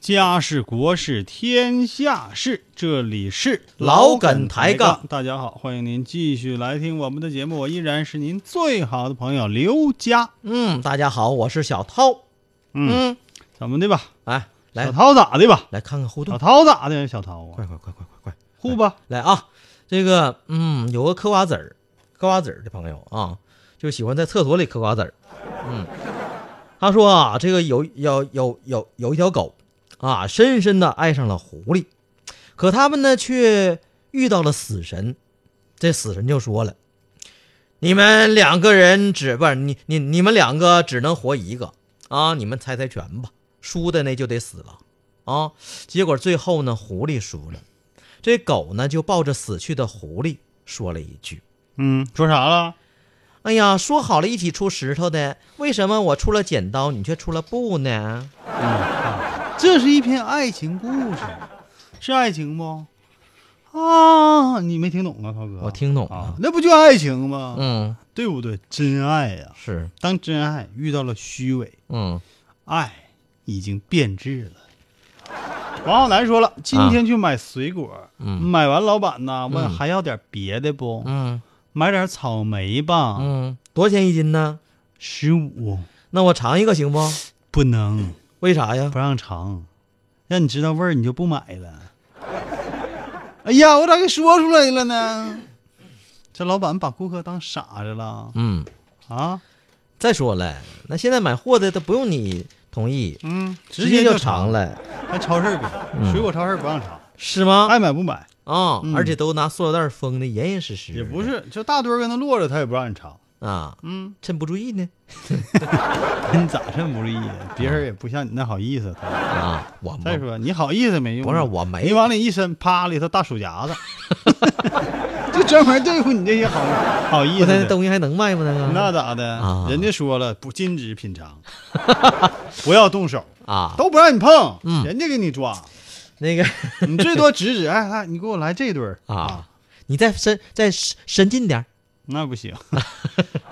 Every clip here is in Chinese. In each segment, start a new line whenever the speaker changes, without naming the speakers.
家事国事天下事，这里是
老梗抬杠。
大家好，欢迎您继续来听我们的节目，我依然是您最好的朋友刘佳。
嗯，大家好，我是小涛。
嗯，
嗯，
怎么的吧？
哎，
小
来
涛咋的吧？
来看看互
小
动，
涛咋的？小涛啊，
快快快快快快，
呼吧。
来啊！这个，嗯，有个嗑瓜子儿、嗑瓜子儿的朋友啊，就喜欢在厕所里嗑瓜子儿。嗯，他说啊，这个有有有有有一条狗啊，深深的爱上了狐狸，可他们呢却遇到了死神。这死神就说了：“你们两个人只不是你你你们两个只能活一个啊！你们猜猜拳吧，输的那就得死了啊！”结果最后呢，狐狸输了。这狗呢就抱着死去的狐狸说了一句
嗯，说啥了？：“
哎呀，说好了一起出石头的，为什么我出了剪刀，你却出了布呢
这是一篇爱情故事，是爱情不？啊，你没听懂啊，涛哥？
我听懂了
啊，那不就爱情？”吗？
嗯，
对不对？真爱呀、
是，
当真爱遇到了虚伪，
嗯，
爱已经变质了。王浩南说了，今
啊
天去买水果，买完老板呢问还要点别的不？
嗯
买点草莓吧，
嗯，多少钱一斤呢？
十五、
那我尝一个行不？
不能
为啥呀
不？让尝，让你知道味儿你就不买了。哎呀，我咋给说出来了呢？这老板把顾客当傻子了
嗯，
啊？
再说了，那现在买货的都不用你同意，
嗯，
直接就
尝
尝，嗯了，
那超市比水果超市不让尝，
是吗？
爱买不买。
啊、
嗯
而且都拿塑料袋封的严严实实的，
也不是，就大堆儿跟那落着，他也不让你尝。
啊，
嗯，
趁不注意呢。
你咋趁不利呀？ 别人也不像你那好意思。他
啊，我
再
我
说你好意思没用，啊
不是我没
你往里一伸，啪里头大鼠夹 子，就专门对付你这些好好意
我
思
那
的。
东西还能卖吗？那个
那咋的？
啊
人家说了，不禁止品 尝，不要动手，
啊，
都不让你碰，
嗯
人家给你抓，
那个
你最多指指，哎哎，你给我来这对儿
啊，你再伸再伸伸进点儿
那不 行，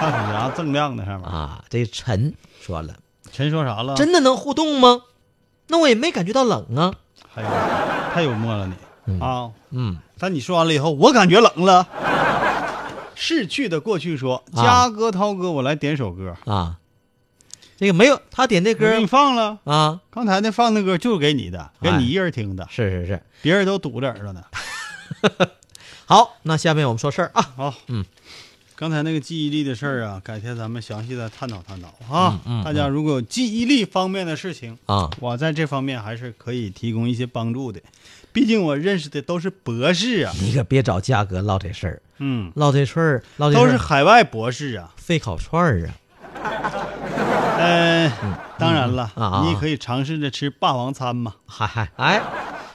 大鼠夹锃亮的上面。
啊。这陈说了，
陈说啥了？
真的能互动吗？那我也没感觉到冷啊。
哎呦，太幽默了你、啊！
嗯，
但你说完了以后，我感觉冷了。逝去的过去说，
啊
嘉哥、涛哥，我来点首歌。
啊，这个没有他点这
我给
歌哎
你放了，
啊，
刚才那放那歌就是给你的，给你一人听的，
是是是。
别人都堵着耳朵呢。
好，那下面我们说事儿啊。
好，
嗯，
刚才那个记忆力的事儿啊，改天咱们详细的探讨探讨啊。
嗯嗯
大家如果有记忆力方面的事情，
啊，
我在这方面还是可以提供一些帮助的，毕竟我认识的都是博士啊，
你可别找嘉哥唠这事儿，
嗯，
唠这事儿，唠这
都
事
是
儿
海外博士啊。
费烤串儿啊。
呃，当然了，
嗯啊啊
你可以尝试着吃霸王餐嘛，
嗨嗨哎，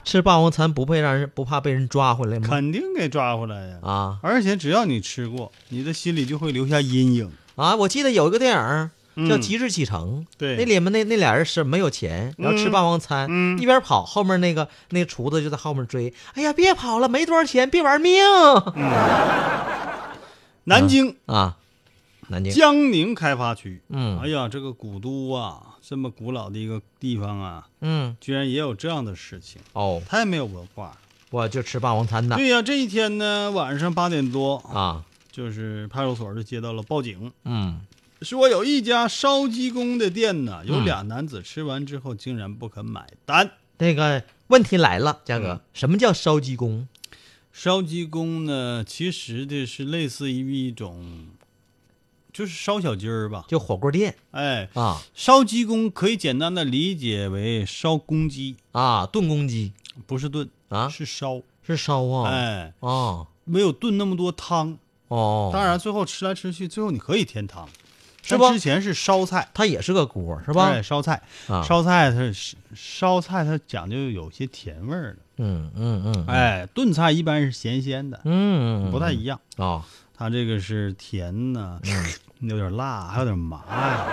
吃霸王餐不配让人不怕被人抓回来吗？
肯定给抓回来呀。
啊
而且只要你吃过，你的心里就会留下阴影。
啊！我记得有一个电影儿叫《
嗯
极致启程》，
对
那里面那那俩人是没有钱，然后吃霸王餐，
嗯
一边跑，后面那个那个厨子就在后面追。哎呀，别跑了，没多少钱，别玩命
南京
啊！南京，
江宁开发区，
嗯
哎呀，这个古都啊，这么古老的一个地方啊，
嗯，
居然也有这样的事情，
哦，
太没有文化了。
我就吃霸王餐的
对呀、这一天呢，晚上八点多，
啊，
就是派出所就接到了报警，
嗯
说有一家烧鸡公的店呢，有俩男子吃完之后竟然不肯买单。
那个问题来了，嘉
嗯
哥，什么叫烧鸡公？
烧鸡公呢，其实的是类似于一种，就是烧小鸡儿吧。
就火锅店
哎，
啊
烧鸡公可以简单的理解为烧公鸡，
啊，炖公鸡
不是炖
啊
是烧。
是烧啊
哎，
哦
没有炖那么多汤。
哦，
当然，最后吃来吃去，最后你可以添汤，
是
但
不
之前是烧菜，
它也是个锅是吧
哎，？烧菜，
啊，
烧菜它是烧菜它讲究有些甜味儿的。
嗯嗯嗯，
哎，炖菜一般是咸鲜的，
嗯，
不太
啊
一样。、
哦，
它这个是甜呢，
嗯
有点辣，还有点麻呀，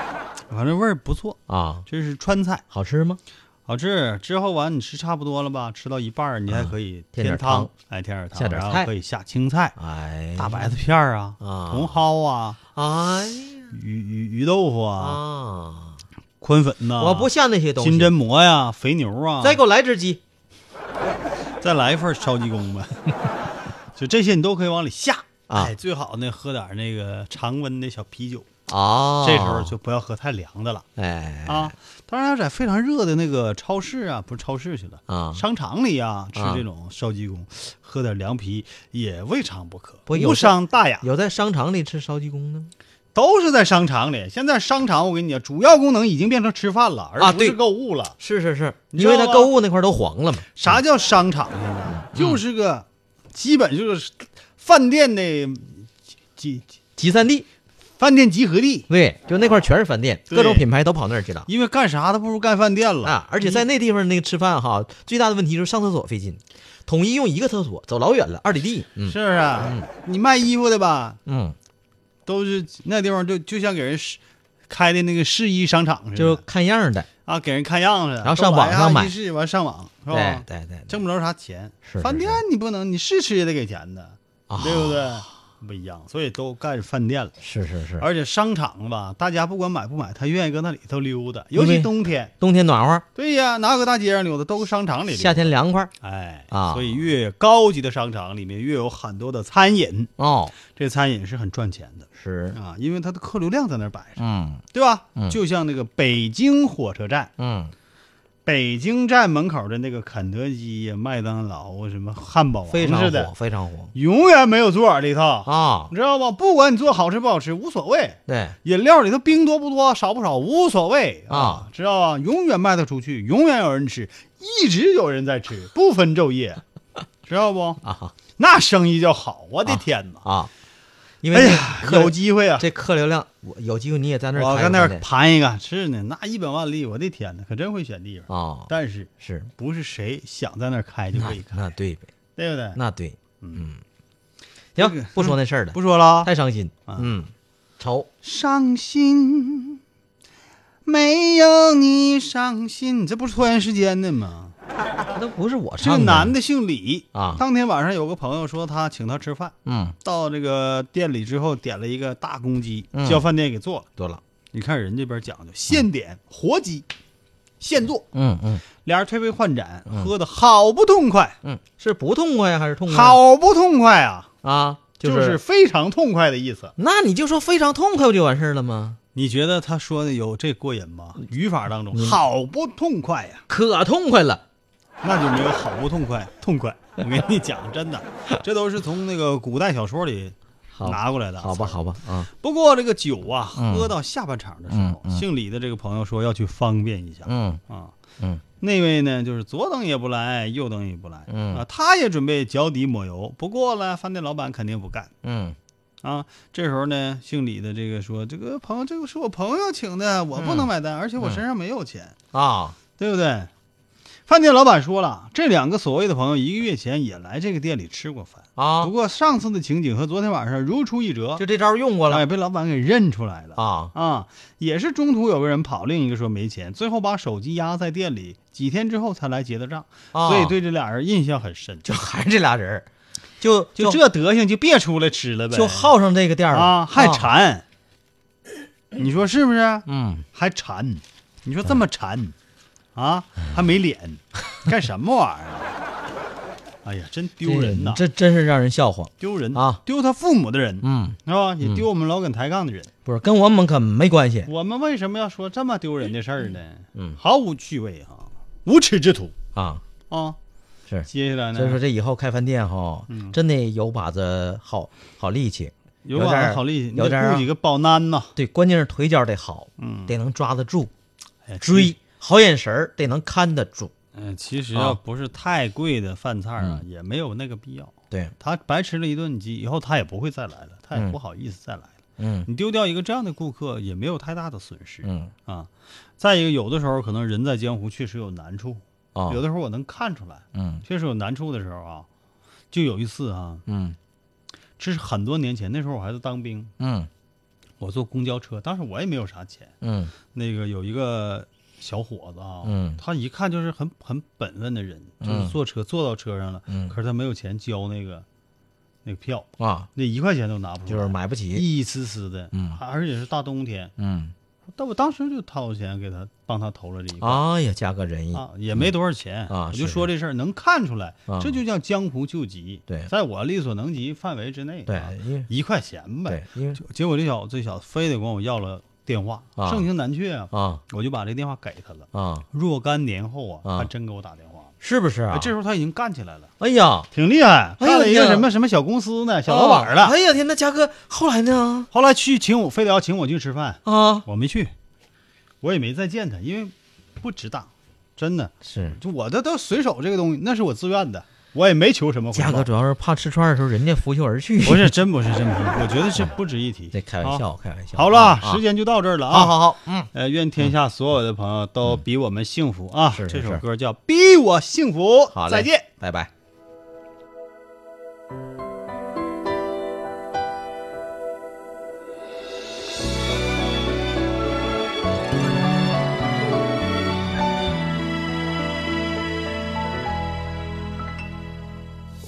反正味儿不错。
啊，
这是川菜，
好吃吗？
好吃。之后完你吃差不多了吧？吃到一半儿你还可以
嗯添点
汤
汤，
哎，添点汤，
下点
然
菜
后可以下青菜、
哎，
大白菜片儿啊、
啊
茼蒿啊、
哎
鱼鱼鱼豆腐啊、
啊，
宽粉呐，
我不下那些东西。
金针蘑呀，肥牛啊，
再给我来只鸡，
再来一份烧鸡 公呗，就这些你都可以往里下
啊
哎，最好呢喝点那个常温的小啤酒，啊
哦，
这时候就不要喝太凉的了
哎
啊。当然要在非常热的那个超市啊，不是超市去了，
啊，
商场里啊吃
啊
这种烧鸡公，喝点凉啤也未尝不可，
不有
无伤大雅。
有在商场里吃烧鸡公的吗？
都是在商场里，现在商场我跟你讲，主要功能已经变成吃饭了，而
啊
不是
对
购物了。
是是是，
你
因为
知道
他
吗
购物那块儿都黄了嘛。
啥叫商场
嗯
呢？就是个，基本就是饭店的集集
集散地，
饭店集合地，
对，就那块儿全是饭店，
对
各种品牌都跑那儿去了
因为干啥都不如干饭店了
啊！而且在那地方那个吃饭哈，最大的问题就是上厕所费劲，统一用一个厕所，走老远了，二里地。
你
嗯
是不是啊？你卖衣服的吧，
嗯，
都是那地方就就像给人试开的那个试衣商场似
嗯就
的，
看样儿的，
啊，给人看样子，
然后上网上
都来啊
买
一试完上网是
对
吧？
对对，对
挣不着啥钱，
是是
哦饭店你不能，你试吃也得给钱的，
啊
对不对？不一样，所以都干饭店了。
是是是，
而且商场吧，大家不管买不买，他愿意搁那里头溜达，尤
因为
其冬天。
冬天暖和，
对呀，哪有个大街上溜达，都是商场里溜达。
夏天凉快
哎
啊
所以越高级的商场里面越有很多的餐饮，
哦，
这餐饮是很赚钱的
是，
啊，因为它的客流量在那儿摆着，
嗯
对吧？
嗯
就像那个北京火车站，
嗯，
北京站门口的那个肯德基呀、麦当劳啊、什么汉堡王
非常
似
火，
的，
非常火
永远没有座儿里头，
啊，
你知道吗？不管你做好吃不好吃，无所谓。
对，
饮料里头冰多不多，少不少无所谓
啊，
知道吧？永远卖得出去，永远有人吃，一直有人在 吃，不分昼夜，知道不？
啊
那生意就好，我的天哪！
啊，因为
哎呀
这，客
有机会啊！
这客流量，我有机会你也在那儿
我
开
跟
个
那
饭
儿
店
盘一个，是呢，那一本万利，我的天哪，可真会选地方。
啊，
但是
是
不是谁想在那儿开就
那
可以开，
那对呗，
对不对？
那对，嗯，
这个
行，不说那事儿了，
不说了啊，
太伤心，
啊
嗯，愁，
伤心，没有你伤心，你这不是拖延时间的吗？
那不是我
这个
唱的，
男的姓李
啊
当天晚上有个朋友说他请他吃饭，
嗯，
到这个店里之后点了一个大公鸡
嗯，
叫饭店给做了。
多了，
你看人这边讲究，现点活鸡，现做，
嗯嗯
俩人推杯换盏，喝的好不痛快，
嗯，是不痛快呀还是痛快？
好不嗯痛快啊，
啊，，
就是非常痛快的意思。
那你就说非常痛快不就完事儿了吗？
你觉得他说的有这过瘾吗？
嗯
语法当中，好不痛快呀、
可痛快了，
那就没有好不痛快， 痛快。我跟你讲，真 的，这都是从那个古代小说里
好
拿过来的。
好吧好吧啊，
不过这个酒啊，
嗯
喝到下半场的时
嗯
候，
嗯
姓李的这个朋友说要去方便一下、
嗯
啊。
嗯
那位呢，就是左等也不来，右等也不来、
嗯
啊。他也准备脚底抹油，不过呢，饭店老板肯定不干
嗯
啊。这时候呢，姓李的这个说：“这个朋友，这个是我朋友请的，我不
嗯
能买单，而且我身上没有钱，
啊，
对不对？”饭店老板说了，这两个所谓的朋友一个月前也来这个店里吃过饭，
啊
不过上次的情景和昨天晚上如出一辙，
就这招用过了
哎，被老板给认出来了。
啊，
啊，也是中途有个人跑，另一个说没钱，最后把手机压在店里，几天之后才来结的账，
啊
所以对这俩人印象很深。
就还是这俩人儿，就
就这德行，就别出来吃了呗，
就耗上这个店儿了
啊，还，馋，你说是不是？
嗯，
还馋，你说这么馋，啊，
哎
还没 脸，干什么玩意儿？哎呀，真丢人呐，
这真是让人笑话，
丢人
啊
丢他父母的人，
嗯，
是吧？也丢我们老梗抬杠的人。
不是跟我们可没关系，
我们为什么要说这么丢人的事儿呢？
嗯
毫无趣味哈、无耻之徒
啊，
啊！
是
接下来呢，
所以说这以后开饭店哈，
嗯
真得有把子好好力气，
有
有点
点
儿
好力气，你
有点
得
儿啊
雇几个保安呐，
对，关键是腿脚得好，
嗯，
得能抓得住，
哎
追，好眼神儿得能看得住，
嗯，其实
啊嗯
要不是太贵的饭菜啊，也没有那个必要。
对，
他白吃了一顿鸡，以后他也不会再来了，他也不好意思再来了。
嗯
你丢掉一个这样的顾客，也没有太大的损失、
嗯
啊。再一个，有的时候可能人在江湖确实有难处，
啊
有，的时候我能看出来，
嗯
确实有难处的时候啊，就有一次啊，
嗯
这是很多年前，那时候我还在当兵，
嗯
我坐公交车，当时我也没有啥钱。
嗯
那个有一个小伙子啊，
嗯
他一看就是很很本分的人，就是坐车坐到车上了，
嗯
可是他没有钱交那个那个票，
啊，
那一块钱都拿不出
就
来，
是买不起，
一丝丝的，
嗯
而且是大冬天，
嗯
但我当时就掏钱给他帮他投了这一块
哎呀，价格仁义，
啊，也没多少钱
啊
我
是
就说这事儿能看出来
啊，
这就叫江湖救急。
对
在我力所能及范围之内，
对
啊，
因为
一块钱
对
呗。，
因为
就结果这小子这小子非得管我要了电话，
啊
盛情难却啊，
啊
我就把这电话给他了。
啊，
若干年后啊，
啊
还真给我打电话了。
是不是啊
哎？这时候他已经干起来了，
哎呀，
挺厉害，
哎呦
开了一个
天啊
什么什么小公司呢，小老板
啊
了。
哎呀天，那嘉哥后来呢？
后来去请我，非得要请我去吃饭，
啊，
我没去，我也没再见他，因为不值当，真的。
是
就我的都随手这个东西，那是我自愿的，我也没求什么回
嘉哥
报。
主要是怕吃串儿的时候人家拂袖而去。
不是真不是真不是，我觉得是不值一提。
这开玩笑，开玩笑。
好了，
啊
时间就到这儿了啊！
好好好，嗯，
呃，愿天下所有的朋友都比我们幸福啊！
是
这
是
首
是
歌叫《逼我幸福》，
好嘞，
再见。，
拜拜。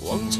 望着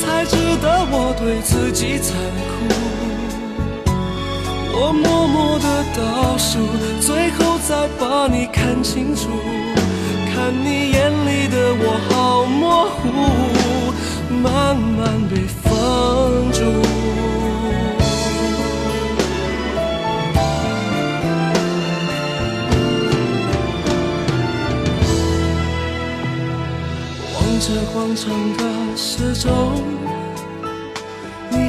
才值得我对自己残酷。我默默的倒数，最后再把你看清楚，看你眼里的我好模糊，慢慢被封住。望着广场的时钟，你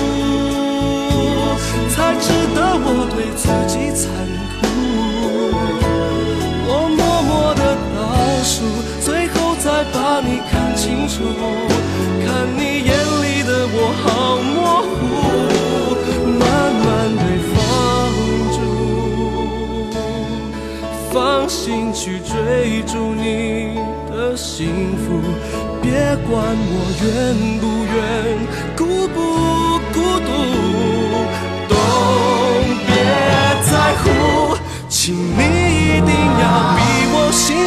才值得我对自己残酷。我默默的倒数，最后再把你看清楚，看你眼里的我好模糊，慢慢被放逐，放心去追逐你的幸福，别管我愿不愿，孤不孤独，都别在乎。请你一定要比我幸福，